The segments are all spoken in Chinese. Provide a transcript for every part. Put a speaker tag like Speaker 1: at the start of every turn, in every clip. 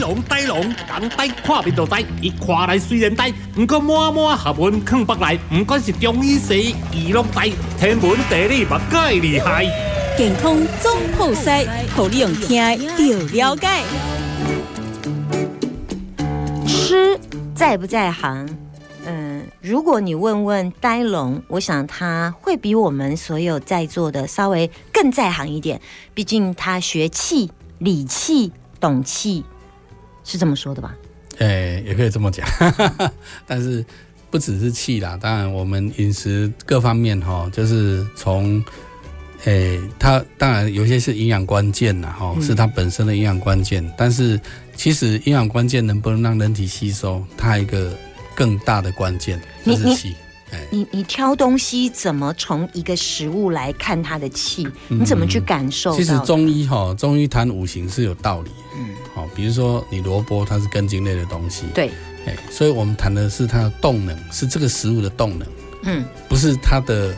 Speaker 1: 龙呆龙，讲呆看面就知。伊看来虽然呆，毋过满满学问藏北来，毋管是中医西医，伊拢知。天文地理嘛介厉害，
Speaker 2: 健康总铺塞，互你用听的就了解。
Speaker 3: 吃在不在行？嗯，如果你问问呆龙，我想他会比我们所有在座的稍微更在行一点，毕竟他学气、理气、懂气，是这么说的吧？
Speaker 4: 诶、哎也可以这么讲， 但是不只是气啦，当然我们饮食各方面哈，就是从，诶、它当然有些是营养关键啦，
Speaker 3: 嗯
Speaker 4: 哈，是它本身的营养关键，但是其实营养关键能不能让人体吸收，它还有一个更大的关键就
Speaker 3: 你
Speaker 4: 是
Speaker 3: 你
Speaker 4: 气，诶、
Speaker 3: 你你挑东西怎么从一个食物来看它的气？你怎么去感受到的？
Speaker 4: 嗯其实中医哈，中医谈五行是有道理，嗯，好，比如说你萝卜它是根茎类的东西，
Speaker 3: 对，
Speaker 4: 哎，所以我们谈的是它的动能，是这个食物的动能，
Speaker 3: 嗯，
Speaker 4: 不是它的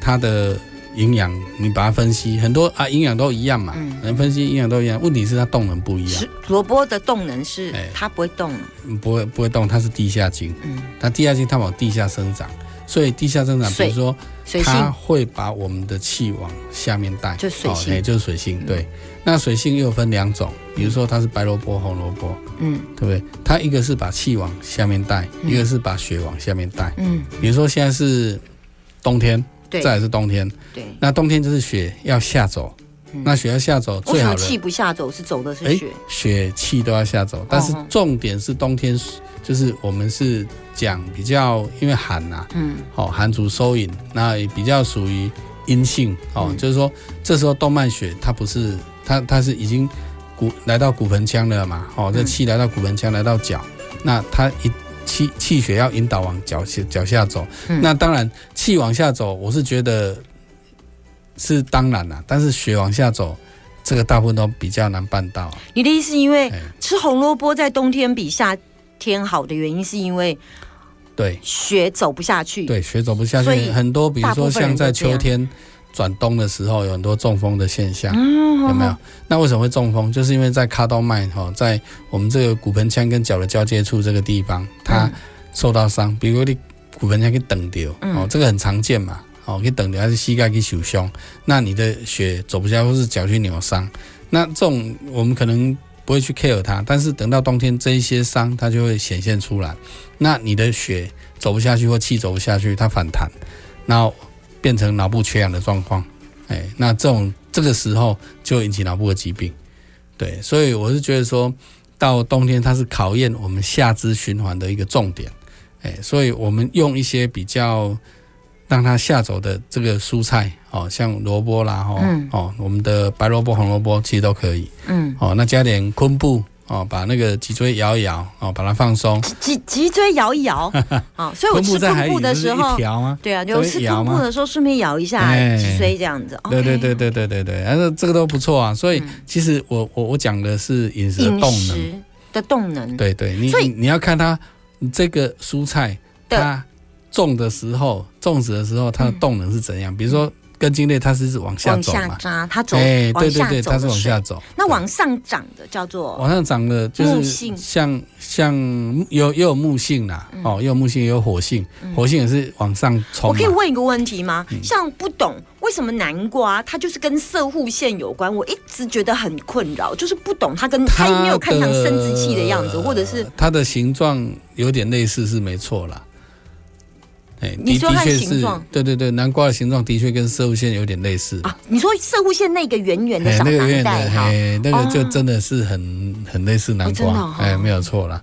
Speaker 4: 它的营养，你把它分析，很多啊营养都一样嘛，能分析营养都一样，问题是它动能不一样
Speaker 3: 嗯是，萝卜的动能是
Speaker 4: 哎
Speaker 3: 它不会动，
Speaker 4: 嗯不会不会动，它是地下茎，
Speaker 3: 嗯，
Speaker 4: 它地下茎它往地下生长，所以地下生长，比
Speaker 3: 水
Speaker 4: 如说
Speaker 3: 水性
Speaker 4: 它会把我们的气往下面带，
Speaker 3: 就水性嗯
Speaker 4: 哎就是水性，对，那水性又分两种，比如说它是白萝卜、红萝卜，
Speaker 3: 嗯
Speaker 4: 对不对？它一个是把气往下面带，一个是把血往下面带。
Speaker 3: 嗯，
Speaker 4: 比如说现在是冬天，
Speaker 3: 对
Speaker 4: 再来是冬天，
Speaker 3: 对。
Speaker 4: 那冬天就是雪要下走，那雪要下走
Speaker 3: 嗯为
Speaker 4: 最
Speaker 3: 什
Speaker 4: 好
Speaker 3: 么
Speaker 4: 的
Speaker 3: 气不下走是走的是
Speaker 4: 诶
Speaker 3: 血？
Speaker 4: 雪气都要下走，但是
Speaker 3: 哦
Speaker 4: 重点是冬天就是我们是讲比较因为寒呐、
Speaker 3: 嗯，
Speaker 4: 好、寒主收引，那也比较属于阴性哦，
Speaker 3: 嗯
Speaker 4: 就是说这时候动脉血它不是它它是已经骨来到骨盆腔了嘛，哦，这
Speaker 3: 嗯
Speaker 4: 气来到骨盆腔，来到脚，那它一气气血要引导往脚下脚下走，
Speaker 3: 嗯
Speaker 4: 那当然气往下走，我是觉得是当然啦，但是血往下走。这个大部分都比较难办到、啊
Speaker 3: 你的意思，因为
Speaker 4: 哎
Speaker 3: 吃红萝卜在冬天比夏天好的原因，是因为
Speaker 4: 对
Speaker 3: 血走不下去。，
Speaker 4: 对，血走不下去
Speaker 3: 所以，
Speaker 4: 很多比如
Speaker 3: 大部
Speaker 4: 说
Speaker 3: 分人
Speaker 4: 像在
Speaker 3: 都这样
Speaker 4: 秋天转冬的时候，有很多中风的现象，
Speaker 3: 哦
Speaker 4: 有没有？那为什么会中风？就是因为在髂动脉哈，在我们这个骨盆腔跟脚的交接处这个地方，
Speaker 3: 嗯
Speaker 4: 它受到伤，比如你骨盆腔去等掉，
Speaker 3: 嗯
Speaker 4: 哦，这个很常见嘛，哦，去等掉还是膝盖去受伤，那你的血走不下，或是脚去扭伤，那这种我们可能。不会去 care 它，但是等到冬天这一些伤它就会显现出来。那你的血走不下去或气走不下去，它反弹，那变成脑部缺氧的状况。哎，那这种这个时候就引起脑部的疾病。对，所以我是觉得说，到冬天它是考验我们下肢循环的一个重点。哎，所以我们用一些比较让它下走的这个蔬菜哦，像萝卜啦，哦，
Speaker 3: 嗯
Speaker 4: 哦，我们的白萝卜、红萝卜其实都可以。
Speaker 3: 嗯，
Speaker 4: 哦，那加点昆布哦，把那个脊椎摇一摇哦，把它放松。
Speaker 3: 脊脊椎摇一 摇，好，所以我
Speaker 4: 昆布
Speaker 3: 吃
Speaker 4: 在
Speaker 3: 昆
Speaker 4: 海里
Speaker 3: 布
Speaker 4: 不
Speaker 3: 的
Speaker 4: 是
Speaker 3: 时
Speaker 4: 一
Speaker 3: 候，
Speaker 4: 条吗？
Speaker 3: 对啊，就
Speaker 4: 稍微
Speaker 3: 吃
Speaker 4: 摇
Speaker 3: 昆布
Speaker 4: 吗
Speaker 3: 的时候顺便摇一下
Speaker 4: 哎
Speaker 3: 脊椎这样子。哦哎
Speaker 4: 对
Speaker 3: OK
Speaker 4: 对对，对对对对，但是这个都不错啊。所以其实我我我讲的是饮食的
Speaker 3: 嗯饮
Speaker 4: 动能，
Speaker 3: 食的动能
Speaker 4: 对对，你
Speaker 3: 所以
Speaker 4: 你你要看它这个蔬菜
Speaker 3: 对
Speaker 4: 它种的时候，种植的时候它的动能是怎样？比如说根茎类，它是一直往
Speaker 3: 嗯
Speaker 4: 下
Speaker 3: 往
Speaker 4: 走
Speaker 3: 下
Speaker 4: 嘛，
Speaker 3: 扎，它走
Speaker 4: 哎，
Speaker 3: 往
Speaker 4: 对对
Speaker 3: 下
Speaker 4: 对，
Speaker 3: 走
Speaker 4: 它是
Speaker 3: 的
Speaker 4: 往
Speaker 3: 水
Speaker 4: 下。走。
Speaker 3: 那
Speaker 4: 对
Speaker 3: 往上涨的叫做
Speaker 4: 往上涨的，就
Speaker 3: 木
Speaker 4: 是
Speaker 3: 性嗯
Speaker 4: 像像有也有木性啦，哦，也有木性，也有火性，火性也是往上冲
Speaker 3: 我
Speaker 4: 嘛。
Speaker 3: 可以问一个问题吗？
Speaker 4: 嗯
Speaker 3: 像不懂为什么南瓜它就是跟射护线有关，我一直觉得很困扰，就是不懂它跟它
Speaker 4: 它
Speaker 3: 也没有看像生殖器的
Speaker 4: 的
Speaker 3: 样子，或者是
Speaker 4: 它的形状有点类似是没错啦。哎，
Speaker 3: 你
Speaker 4: 的
Speaker 3: 说
Speaker 4: 的
Speaker 3: 它的
Speaker 4: 确
Speaker 3: 形
Speaker 4: 是
Speaker 3: 状，
Speaker 4: 对对对，南瓜的形状的确跟射物线有点类似。
Speaker 3: 啊，你说射护线那个圆圆的
Speaker 4: 哎
Speaker 3: 小
Speaker 4: 那个
Speaker 3: 囊
Speaker 4: 远远的，
Speaker 3: 袋哈，
Speaker 4: 哎，那个就
Speaker 3: 哦
Speaker 4: 真的是很很类似南
Speaker 3: 哦真的哦
Speaker 4: 瓜，哎，没有错啦，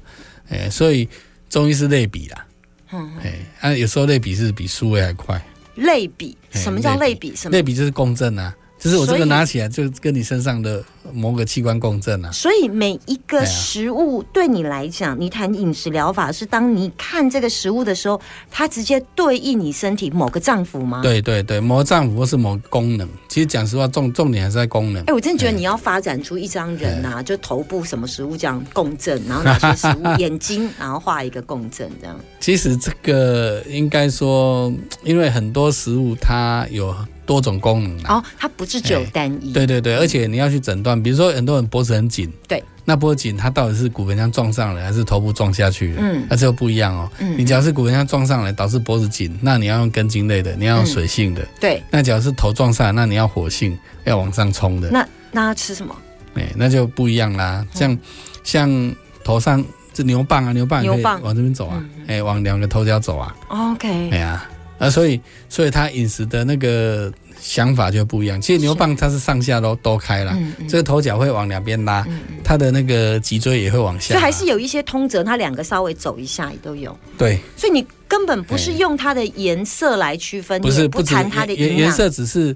Speaker 4: 哎，所以中医是类比啦，
Speaker 3: 嗯
Speaker 4: 哎，啊，有时候类比是比数位还快，
Speaker 3: 类比，
Speaker 4: 哎
Speaker 3: 什么叫类
Speaker 4: 类
Speaker 3: 比？什么
Speaker 4: 类？比就是共振啊，就是我这
Speaker 3: 所
Speaker 4: 个
Speaker 3: 以
Speaker 4: 拿起来就跟你身上的某个器官共振啊，
Speaker 3: 所以每一个
Speaker 4: 哎呀
Speaker 3: 食物对你来讲，你谈饮食疗法是当你看这个食物的时候，它直接对应你身体某个脏腑吗？。
Speaker 4: 对对对，某个脏腑或是某个功能，其实讲实话，重重点还是在功能
Speaker 3: 哎、。我真的觉得你要发展出一张人
Speaker 4: 哎
Speaker 3: 呐、就头部什么食物这样共振，然后 哪些食物，眼睛，然后画一个共振这样。
Speaker 4: 其实这个应该说，因为很多食物它有多种功能啊。
Speaker 3: 哦，它不是只有单一，
Speaker 4: 哎对对对，而且你要去诊断，比如说很多人脖子很紧，
Speaker 3: 对，
Speaker 4: 那波颈它到底是骨盆腔撞上来，还是头部撞下去了？
Speaker 3: 嗯
Speaker 4: 那这又不一样哦。
Speaker 3: 嗯
Speaker 4: 你只要是骨盆腔撞上来导致脖子紧，那你要用根茎类的，你
Speaker 3: 嗯
Speaker 4: 要用水性的；
Speaker 3: 对，
Speaker 4: 那只要是头撞上来，那你要火性，要往上冲的。
Speaker 3: 那那要吃什么？
Speaker 4: 哎、那就不一样啦。
Speaker 3: 嗯
Speaker 4: 像、像头上这牛蒡啊，牛蒡也可
Speaker 3: 牛
Speaker 4: 以
Speaker 3: 蒡嗯
Speaker 4: 往这边走啊，哎、往两个头角走啊，哎
Speaker 3: OK，
Speaker 4: 呀、啊，所以所以他饮食的那个想法就不一样。其实牛蒡它是上下都都开啦，
Speaker 3: 嗯，嗯嗯
Speaker 4: 这个头角会往两边拉，它的那个脊椎也会往下
Speaker 3: 所以
Speaker 4: 拉，
Speaker 3: 还是有一些通则，它两个稍微走一下也都有。
Speaker 4: 对，
Speaker 3: 所以你根本不是
Speaker 4: 哎
Speaker 3: 用它的颜色来区分，
Speaker 4: 不
Speaker 3: 你
Speaker 4: 是
Speaker 3: 也不
Speaker 4: 止
Speaker 3: 谈它的
Speaker 4: 颜
Speaker 3: 营
Speaker 4: 颜
Speaker 3: 养。
Speaker 4: 色只是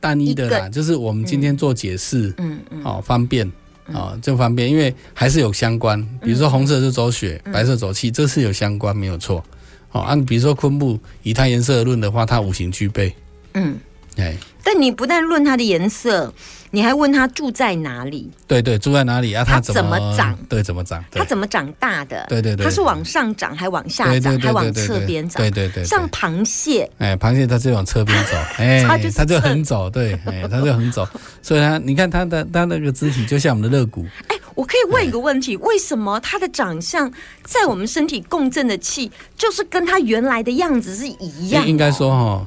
Speaker 4: 单一的
Speaker 3: 一
Speaker 4: 啦，
Speaker 3: 个
Speaker 4: 就是我们今天做解释。
Speaker 3: 嗯嗯，
Speaker 4: 哦，方便哦，就方便，因为还是有相关，
Speaker 3: 嗯
Speaker 4: 比如说红色是走血，白色走气，这是有相关，没有错。哦，按、比如说昆布，以它颜色论的话，它五行俱备。
Speaker 3: 嗯，
Speaker 4: 哎，
Speaker 3: 但你不但论它的颜色，你还问它住在哪里，
Speaker 4: 对对，住在哪里啊？
Speaker 3: 它
Speaker 4: 怎么
Speaker 3: 怎么长？
Speaker 4: 对，怎么长？对
Speaker 3: 它怎么长大的？
Speaker 4: 对对对
Speaker 3: 它是往上长还往下
Speaker 4: 对对
Speaker 3: 长，
Speaker 4: 对对
Speaker 3: 还往
Speaker 4: 对
Speaker 3: 侧
Speaker 4: 对
Speaker 3: 边长？
Speaker 4: 对对对对，
Speaker 3: 像螃蟹，
Speaker 4: 哎，螃蟹它就往侧边走，哎，
Speaker 3: 它就是
Speaker 4: 它就
Speaker 3: 侧
Speaker 4: 横走，对，哎，它就横走，所以它，你看它的它那个肢体就像我们的肋骨，
Speaker 3: 哎，我可以问一个问
Speaker 4: 哎
Speaker 3: 题：为什么它的长相在我们身体共振的气，就是跟它原来的样子是一样的哦？
Speaker 4: 应应该说哈、哦，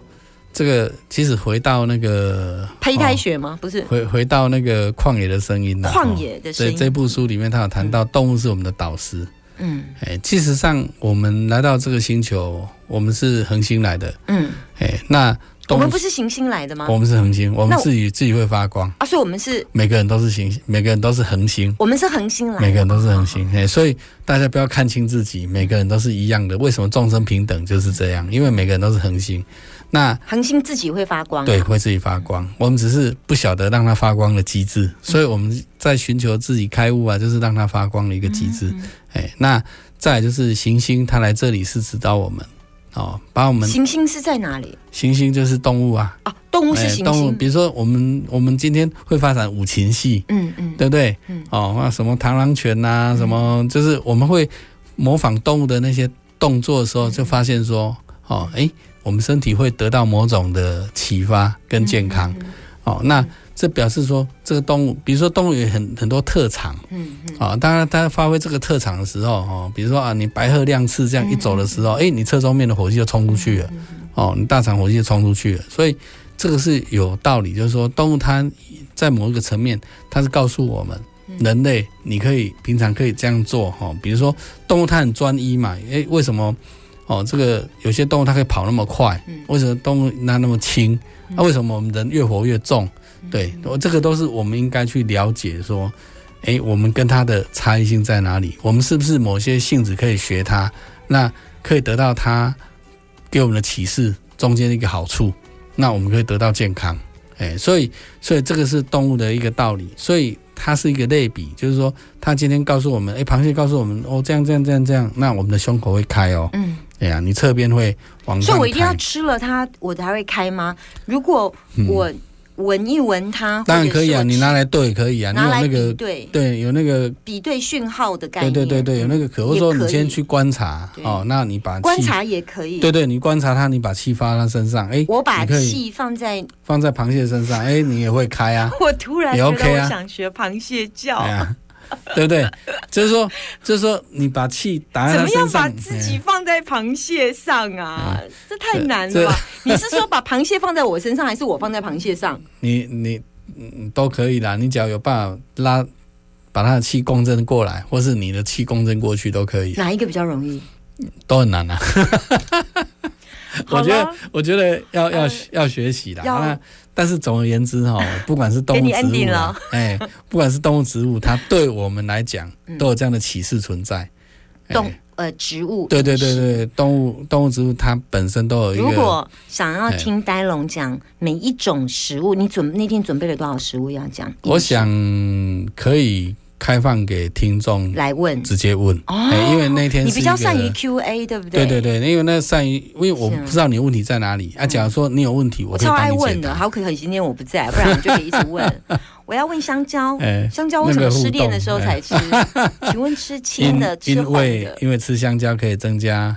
Speaker 4: 这个其实回到那个
Speaker 3: 胚胎
Speaker 4: 哦
Speaker 3: 学吗？不是，
Speaker 4: 回回到那个旷野的声音了。
Speaker 3: 旷野的
Speaker 4: 哦
Speaker 3: 声音
Speaker 4: 对这部书里面，他有谈到动物是我们的导师。
Speaker 3: 嗯
Speaker 4: 哎，事实上，我们来到这个星球，我们是恒星来的。
Speaker 3: 嗯，
Speaker 4: 哎，那
Speaker 3: 我
Speaker 4: 动
Speaker 3: 们
Speaker 4: 物
Speaker 3: 不是行星来的吗？
Speaker 4: 我们是恒星，我们
Speaker 3: 那我
Speaker 4: 自己自己会发光。
Speaker 3: 啊，所以我们是，
Speaker 4: 每个人都是行星，每个人都是恒星，
Speaker 3: 我们是恒星来
Speaker 4: 每个
Speaker 3: 的。
Speaker 4: 人都是恒星。哎，所以大家不要看清自己，每个人都是一样的。为什么众生平等就是这样？因为每个人都是恒星。那
Speaker 3: 恒星自己会发光、啊
Speaker 4: 对，，会自己发光。我们只是不晓得让它发光的机制，所以我们在寻求自己开悟啊，就是让它发光的一个机制。
Speaker 3: 嗯
Speaker 4: 哎，那再来就是行星，它来这里是指导我们哦，把我们
Speaker 3: 行星是在哪里？
Speaker 4: 行星就是动物啊，
Speaker 3: 啊，动物是行
Speaker 4: 动物，
Speaker 3: 星。
Speaker 4: 比如说我们我们今天会发展五禽戏，
Speaker 3: 嗯嗯，
Speaker 4: 对不对？
Speaker 3: 嗯
Speaker 4: 哦，那什么螳螂拳呐、什么就是我们会模仿动物的那些动作的时
Speaker 3: 嗯
Speaker 4: 候，就发现说，哦，诶，我们身体会得到某种的启发跟健康。
Speaker 3: 嗯
Speaker 4: 哦，那这表示说，这个动物，比如说动物有很很多特长，
Speaker 3: 嗯嗯，
Speaker 4: 啊、当然它发挥这个特长的时候，哦，比如说啊，你白鹤亮翅这样一走的时候，
Speaker 3: 嗯
Speaker 4: 诶，你侧中面的火气就冲出去了，哦，你大肠火气就冲出去了，所以这个是有道理，就是说动物它在某一个层面，它是告诉我们。人类，你可以平常可以这样做哈、哦，比如说动物它很专一嘛，诶，为什么哦？这个有些动物它可以跑那么快，为什么动物那那么轻？
Speaker 3: 嗯
Speaker 4: 那、为什么我们人越活越重？对，我这个都是我们应该去了解说，诶，我们跟它的差异性在哪里？我们是不是某些性质可以学它？那可以得到它给我们的启示中间的一个好处，那我们可以得到健康。诶，所以所以这个是动物的一个道理，所以它是一个类比，就是说它今天告诉我们，诶，螃蟹告诉我们，哦，这样这样这样这样，那我们的胸口会开哦，
Speaker 3: 嗯，
Speaker 4: 哎呀、你侧边会往上
Speaker 3: 所
Speaker 4: 开，嗯
Speaker 3: 以我一定要吃了它，我才会开吗？如果我闻一闻它，
Speaker 4: 当然可以
Speaker 3: 或者是
Speaker 4: 啊，
Speaker 3: 我
Speaker 4: 你拿来对可以啊，你
Speaker 3: 拿
Speaker 4: 有
Speaker 3: 来
Speaker 4: 那
Speaker 3: 比
Speaker 4: 个
Speaker 3: 对
Speaker 4: 对有那个
Speaker 3: 比对讯号的概
Speaker 4: 对
Speaker 3: 念，嗯
Speaker 4: 对对对有那个可，或者说
Speaker 3: 也可
Speaker 4: 你
Speaker 3: 以
Speaker 4: 先去观察
Speaker 3: 对
Speaker 4: 哦，那你把
Speaker 3: 观
Speaker 4: 气
Speaker 3: 察也可以。
Speaker 4: 对对，你观察它，你把气发到它身上，哎，
Speaker 3: 我把
Speaker 4: 你可以
Speaker 3: 气放在，，
Speaker 4: 放在螃蟹身上，哎，你也会开啊
Speaker 3: 我突然
Speaker 4: 也
Speaker 3: 觉
Speaker 4: OK
Speaker 3: 得
Speaker 4: 啊
Speaker 3: 我想学螃蟹叫，
Speaker 4: 哎呀，对不对？就是说，就是说，你把气打在
Speaker 3: 怎
Speaker 4: 它
Speaker 3: 么
Speaker 4: 身
Speaker 3: 样把
Speaker 4: 上，
Speaker 3: 自
Speaker 4: 哎
Speaker 3: 己放在螃蟹上啊？这太难
Speaker 4: 这
Speaker 3: 了吧？你是说把螃蟹放在我身上，还是我放在螃蟹上？
Speaker 4: 你你嗯都可以啦，你只要有办法拉。把它的气共振过来，或是你的气共振过去都可以，
Speaker 3: 哪一个比较容易？
Speaker 4: 都 很难啊。我
Speaker 3: 好
Speaker 4: 觉得
Speaker 3: 了，
Speaker 4: 我觉得要要、要学习啦。
Speaker 3: 要
Speaker 4: 那但是总而言之哈、 不管是动
Speaker 3: 给
Speaker 4: 物
Speaker 3: 你
Speaker 4: 植
Speaker 3: ending
Speaker 4: 物啊
Speaker 3: 了，
Speaker 4: 哎，不管是动物植物，它对我们来讲都有这样的启示存在。哎
Speaker 3: 嗯动呃植物，
Speaker 4: 对对对对，动物动物植物它本身都有一个。
Speaker 3: 如果想要
Speaker 4: 哎
Speaker 3: 听呆龙讲每一种食物，你准那天准备了多少食物要讲？
Speaker 4: 我想可以开放给听众
Speaker 3: 来问
Speaker 4: 直接问，
Speaker 3: 哦
Speaker 4: 哎，因为那天
Speaker 3: 你
Speaker 4: 是
Speaker 3: 比
Speaker 4: 一
Speaker 3: 较
Speaker 4: 个
Speaker 3: 善于 Q&A，对不
Speaker 4: 对
Speaker 3: 对？
Speaker 4: 对对，因为那善于，因为我
Speaker 3: 是啊嗯
Speaker 4: 不知道你问题在哪里啊。假如说你有问题，
Speaker 3: 我
Speaker 4: 我可以
Speaker 3: 超爱
Speaker 4: 帮你
Speaker 3: 问
Speaker 4: 解
Speaker 3: 的，
Speaker 4: 答。
Speaker 3: 好可惜今天我不在，不然我就可以一直 问。我要问香蕉，
Speaker 4: 哎
Speaker 3: 香蕉为什
Speaker 4: 那
Speaker 3: 么
Speaker 4: 个互
Speaker 3: 失恋的
Speaker 4: 动
Speaker 3: 时候才吃？请问吃 青
Speaker 4: 因
Speaker 3: 的、吃
Speaker 4: 因
Speaker 3: 红
Speaker 4: 为
Speaker 3: 的，
Speaker 4: 因为吃香蕉可以增加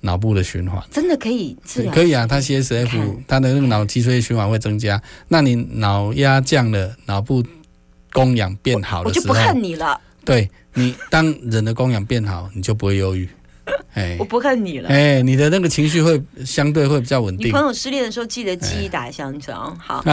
Speaker 4: 脑部的循环。
Speaker 3: 真的可以治疗？
Speaker 4: 可以啊，它
Speaker 3: 看
Speaker 4: CSF 它的那个脑脊髓循环会增加。那你脑压降了，脑部供氧变好
Speaker 3: 我
Speaker 4: 的
Speaker 3: 就
Speaker 4: 时
Speaker 3: 不
Speaker 4: 候，哎
Speaker 3: 恨你了。
Speaker 4: 对你，当人的供养变好，你就不会 忧郁。哎
Speaker 3: 我不恨你了。
Speaker 4: 哎，你的那个情绪会相对会比较稳
Speaker 3: 你
Speaker 4: 定哎
Speaker 3: 朋。友失恋的时候记得记忆打香肠。好，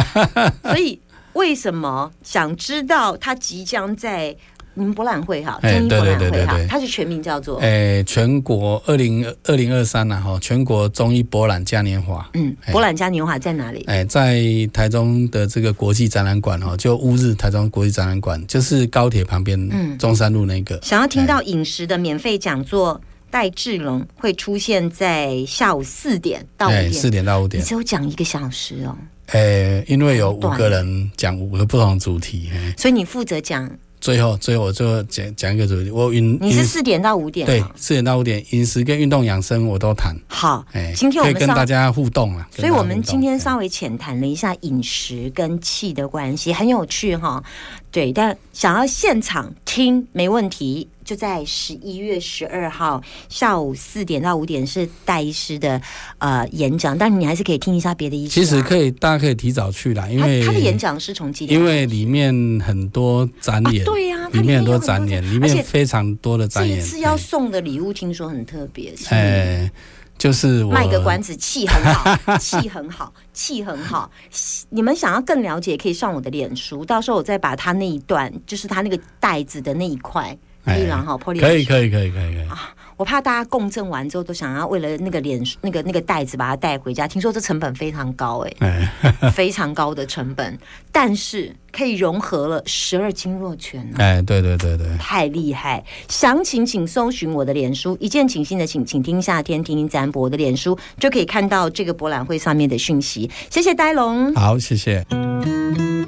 Speaker 3: 所以为什么想知道他即将在你们博览会哈，
Speaker 4: 哎
Speaker 3: 中医博览
Speaker 4: 对对
Speaker 3: 会
Speaker 4: 对
Speaker 3: 哈
Speaker 4: 对对，
Speaker 3: 它是全名叫做
Speaker 4: 哎，全国二零二零二三啊呐哈，全国中医博览嘉年华。
Speaker 3: 嗯，
Speaker 4: 哎
Speaker 3: 博览嘉年华在哪里？
Speaker 4: 哎，在台中的这个国际展览馆哦，就乌日台中国际展览馆，就是高铁旁
Speaker 3: 嗯
Speaker 4: 边中山路那个。
Speaker 3: 想要听到饮食的免费讲座，戴志龙会出现在下午四点到五
Speaker 4: 哎，四
Speaker 3: 点。
Speaker 4: 点到五
Speaker 3: 你
Speaker 4: 点。
Speaker 3: 只有讲一个小时哦，
Speaker 4: 哎，因为有
Speaker 3: 好
Speaker 4: 五
Speaker 3: 短
Speaker 4: 个人讲五个不同的主题。哎，
Speaker 3: 所以你负责讲，
Speaker 4: 最后最后我最后讲讲一个主题，我饮
Speaker 3: 你是
Speaker 4: 饮
Speaker 3: 四点到五点、
Speaker 4: 对
Speaker 3: 哦。
Speaker 4: 四点到五点饮食跟运动养生我都谈。
Speaker 3: 好，
Speaker 4: 哎，
Speaker 3: 今天我
Speaker 4: 可以
Speaker 3: 们
Speaker 4: 跟
Speaker 3: 上
Speaker 4: 大家互动啊。
Speaker 3: 所以我们今天
Speaker 4: 上。
Speaker 3: 稍微浅谈了一下饮食跟气的关系，很有趣哈。对，但想要现场听没问题，就在十一月十二号下午四点到五点是戴医师的呃演讲，但你还是可以听一下别的医师、
Speaker 4: 其
Speaker 3: 啊。
Speaker 4: 实可以，大家可以提早去啦，因为
Speaker 3: 他他的演讲是从几点？
Speaker 4: 因为里面很多展
Speaker 3: 啊
Speaker 4: 演，，
Speaker 3: 对呀、啊，
Speaker 4: 里面很多展
Speaker 3: 演，
Speaker 4: 演，里
Speaker 3: 而且
Speaker 4: 面非常多的
Speaker 3: 这
Speaker 4: 展
Speaker 3: 一
Speaker 4: 演。
Speaker 3: 次要送的礼物听说很特别，是
Speaker 4: 哎，哎就是我
Speaker 3: 卖个关子，气很 好，气很好，气很好。你们想要更了解，可以上我的脸书，到时候我再把他那一段，就是他那个袋子的那一块，可
Speaker 4: 哎
Speaker 3: 以了哈。破例
Speaker 4: 可以，可以，可以，可以，可以。
Speaker 3: 我怕大家共振完之后都想要为了那个脸书那个那个袋子把它带回家，听说这成本非常高、
Speaker 4: 哎，
Speaker 3: 哎，非常高的成本，但是可以融合了十二经络拳哦
Speaker 4: 哎，对对对对，
Speaker 3: 太厉害！详情请搜寻我的脸书，一见倾心的请，请听夏天听听占卜我的脸书，就可以看到这个博览会上面的讯息。谢谢呆龙。
Speaker 4: 好，谢谢。
Speaker 5: Hãy subscribe cho kênh Ghiền Mì Gõ Để không bỏ lỡ